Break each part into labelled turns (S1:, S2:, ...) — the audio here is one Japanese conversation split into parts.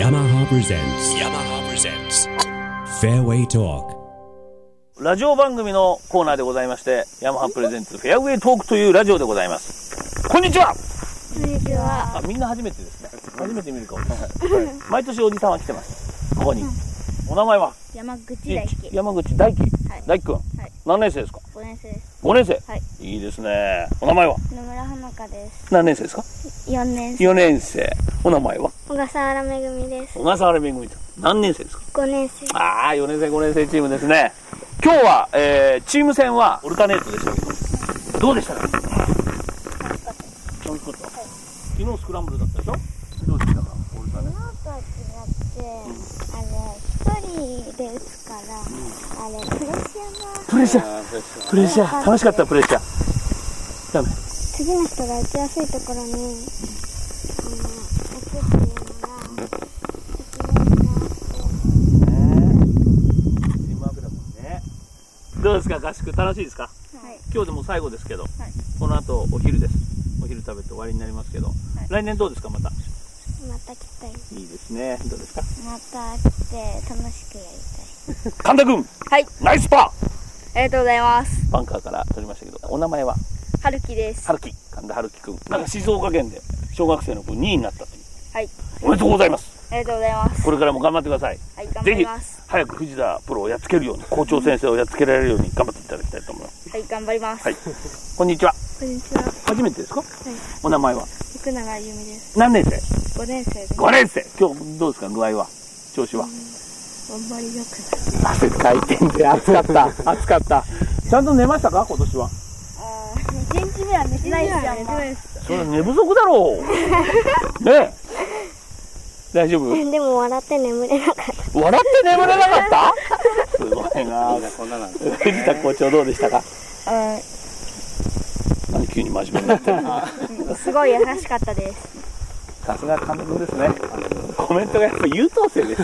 S1: yamaha presents yamaha presents fairway talk
S2: ラジオ番組のコーナーでございまして、ヤマハプレゼンツフェアウェイトークというラジオでございます。こんにちは
S3: こんにちは。
S2: あ、みんな初めてですね。初めて見る顔。毎年おじさんは来てます。ここに。お名前は
S3: 山口大
S2: い
S3: 輝。
S2: 山口大輝
S3: はい。
S2: 大輝くん。
S3: はい
S2: 何年生ですか
S3: 5年生です。
S2: ?5 年生。
S3: はい。
S2: いいですね。お名前は
S3: 野村ほのかです。
S2: 何年生ですか
S3: 4年生。
S2: ?4 年生。お名前は
S3: 小笠原めぐみです。
S2: 小笠原めぐみちゃん。何年生ですか
S3: 5年生。
S2: ああ、4年生、5年生チームですね。今日は、えー、チーム戦はオルタネートでしたけど、どうでしたか楽しかった。昨日スクランブルだったでしょどうでしたかオルタネー
S4: ノートは違って、あれ、一人で打つから、あれ、プレッシャーが、
S2: プレッシャー、プレッシャー、楽しかった、プレッシャー。ダメ。
S4: 次の人が打ちやすいところに、あの、打つっていうのが、
S2: チームワークだもんね。どうですか合宿楽しいですか
S3: はい。
S2: 今日でも最後ですけど、この後お昼です。お昼食べて終わりになりますけど、来年どうですかま
S4: ま
S2: た。
S4: た来たい。
S2: いいですね。どうですか
S4: また来て、楽しくやりたい。
S2: 神田君
S3: はい。
S2: ナイスパー
S3: ありがとうございます。
S2: バンカーから取りましたけど、お名前は
S3: はるきです。
S2: 春樹神田春樹くんなんか静岡県で小学生の子2位になったという
S3: はい。
S2: おめでとうございます
S3: ありがとうございます。
S2: これからも頑張ってください
S3: はい、頑張
S2: ぜ
S3: り
S2: ひ
S3: ます。
S2: 早く藤田プロをやっつけるように校長先生をやっつけられるように頑張っていただきたいと思います
S3: はい、頑張ります。
S2: はいこんにちは
S3: こんにちは。
S2: 初めてですか、お名前は
S3: 福永由美です。
S2: 何年生
S3: 5年生です。
S2: 5年生今日どうですか具合は調子は
S3: あんまり良く
S2: 汗かいてんで暑かった 暑かったちゃんと寝ましたか今年は
S3: ない。1日目は寝てないですよ、
S2: それ寝不足だろ うねえ大丈夫
S4: でも笑って眠れなかった。
S2: 笑って眠れなかったすごいなこんななん藤田校長どうでしたか何急に真面目になってる
S3: うん。すごい優しかったです。
S2: さすが監督ですねコメントがやっぱ優等生です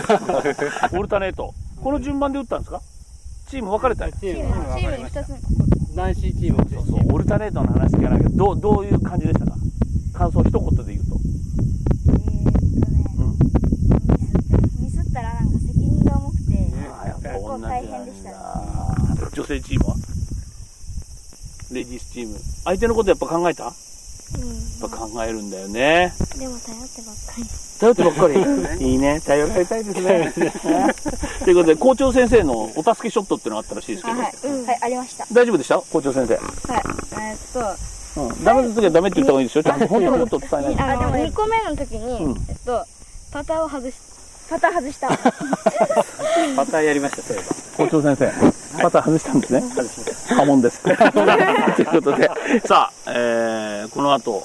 S2: オルタネートこの順番で打ったんですかチーム分かれた
S5: チーム
S3: チームに2つ。
S5: 男子チーム
S2: そうそうオルタネートの話聞かないけどどうどういう感じでしたか感想一言で言うと
S3: えーっとね、ミスったミスったらなんか責任が重くて、
S2: ああやっぱ同じなんだ
S3: 結構大変でしたね
S2: 女性チームはレディースチーム相手のことやっぱ考えたやっ
S4: うん。
S2: ぱ考えるんだよね
S4: でも頼ってばっかり。
S2: 頼ってばっかり。 いいね。頼られたいですね。 ということで、校長先生のお助けショットっていうのがあったらしいですけ
S3: あ
S2: ど、
S3: はい、はい、ありました。
S2: 大丈夫でした校長先生。
S3: はい、えーっと、
S2: うん、ダメな時はダメって言った方がいいですよ。ちゃんと本当のことを伝えないと。
S3: あでも2個目の時に、
S2: うん
S3: えっと、パターを外し、パター外した。
S5: またやりました、そういえば。
S2: 校長先生、また外したんですね。外しました。波紋です。という ことで、さあ、えー、この後、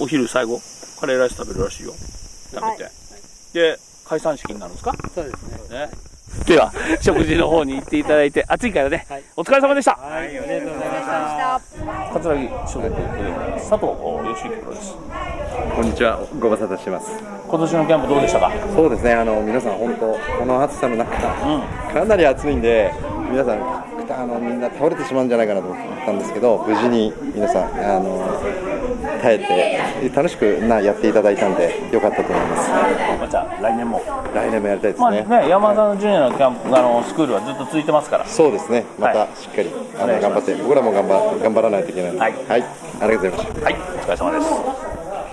S2: お昼最後、カレーライス食べるらしいよ。食べて。で、解散式になるんですか
S5: そうですね。
S2: ね。では、食事の方に行っていただいて、暑いからね、
S5: はい
S2: お疲れ様でした。
S5: はい、ありがとうございました。
S2: 桂木所属佐藤義之プロです
S6: こんにちは、ご無沙汰してます。
S2: 今年のキャンプどうでしたか
S6: そうですね、あの皆さん本当この暑さの中、かなり暑いんで皆さんあのみんな倒れてしまうんじゃないかなと思ったんですけど、無事に皆さんあの耐えて楽しくなやっていただいたんで良かったと思います。
S2: また来年も
S6: 来年もやりたいです
S2: まあ
S6: ね。
S2: ね山田のジュニアのキャンプあのスクールはずっと続いてますから
S6: そうですね、ま
S2: は
S6: たしっかり、あ
S2: お願いし
S6: の頑
S2: ま
S6: 張って僕らも頑張頑張らないといけないので、
S2: は
S6: はいい、ありがとうございました。
S2: はいお疲れ様です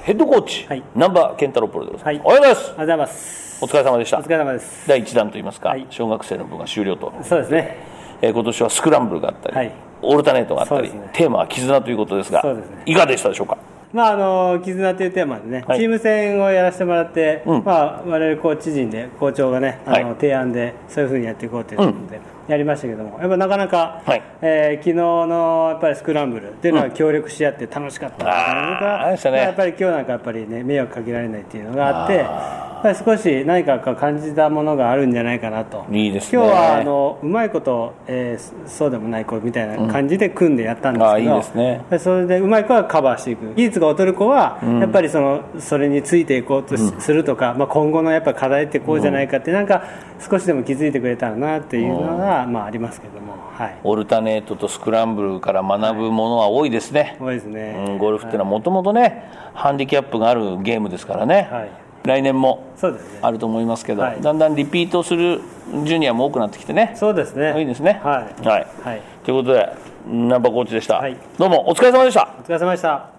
S2: ヘッドコーチ、
S5: はい
S2: 南波健太郎プロでございます、お
S5: は
S2: はようござい
S5: あ
S2: ま
S5: りがとうございます。
S2: すお疲れ様でした
S5: お疲れ様です。
S2: 第1弾といいますか、
S5: はい
S2: 小学生の部が終了と、
S5: そうですね。
S2: えー今年はスクランブルがあったり、
S5: はい
S2: オルタネートがあったり、
S5: そうですね
S2: テーマは絆ということですが
S5: そうですね
S2: いかがでしたでしょうか
S5: まあ、あの絆というテーマでね、
S2: はい
S5: チーム戦をやらせてもらって、
S2: うん
S5: まあ、我々コーチ陣で校長がねあの、
S2: はい
S5: 提案でそういうふうにやっていこうということで、やりましたけどもやっぱなかなか、
S2: はい
S5: えー昨日のやっぱりスクランブルっていうのは協力し合って楽しかったですね、
S2: あー
S5: 僕は
S2: あれでしたね
S5: やっぱり今日なんかやっぱりね迷惑かけられないっていうのがあってやっぱり少し何かこう感じたものがあるんじゃないかなと
S2: いいですね
S5: 今日はあのうまいこと、えーそうでもない子みたいな感じで組んでやったんですけど、
S2: あーいいですね
S5: でそれでうまい子はカバーしていく技術が劣る子はやっぱりそのそれについていこうとしするとか、まあ、今後のやっぱ課題ってこうじゃないかってなんか少しでも気づいてくれたらなっていうのが、まあ、ありますけども、はい、
S2: オルタネートとスクランブルから学ぶものは多いですね、
S5: 多いですね、
S2: うん、ゴルフっていうのはもともとね、ハンディキャップがあるゲームですからね、
S5: はい
S2: 来年も
S5: そうですね
S2: あると思いますけど、
S5: はい
S2: だんだんリピートするジュニアも多くなってきてね
S5: そうですね
S2: いいですね
S5: はい、
S2: はい
S5: はい、
S2: ということでナンバーコーチでした、
S5: はい
S2: どうもお疲れ様でした
S5: お疲れ様でした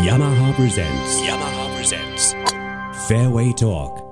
S1: Yamaha presents. Yamaha presents. Fairway Talk.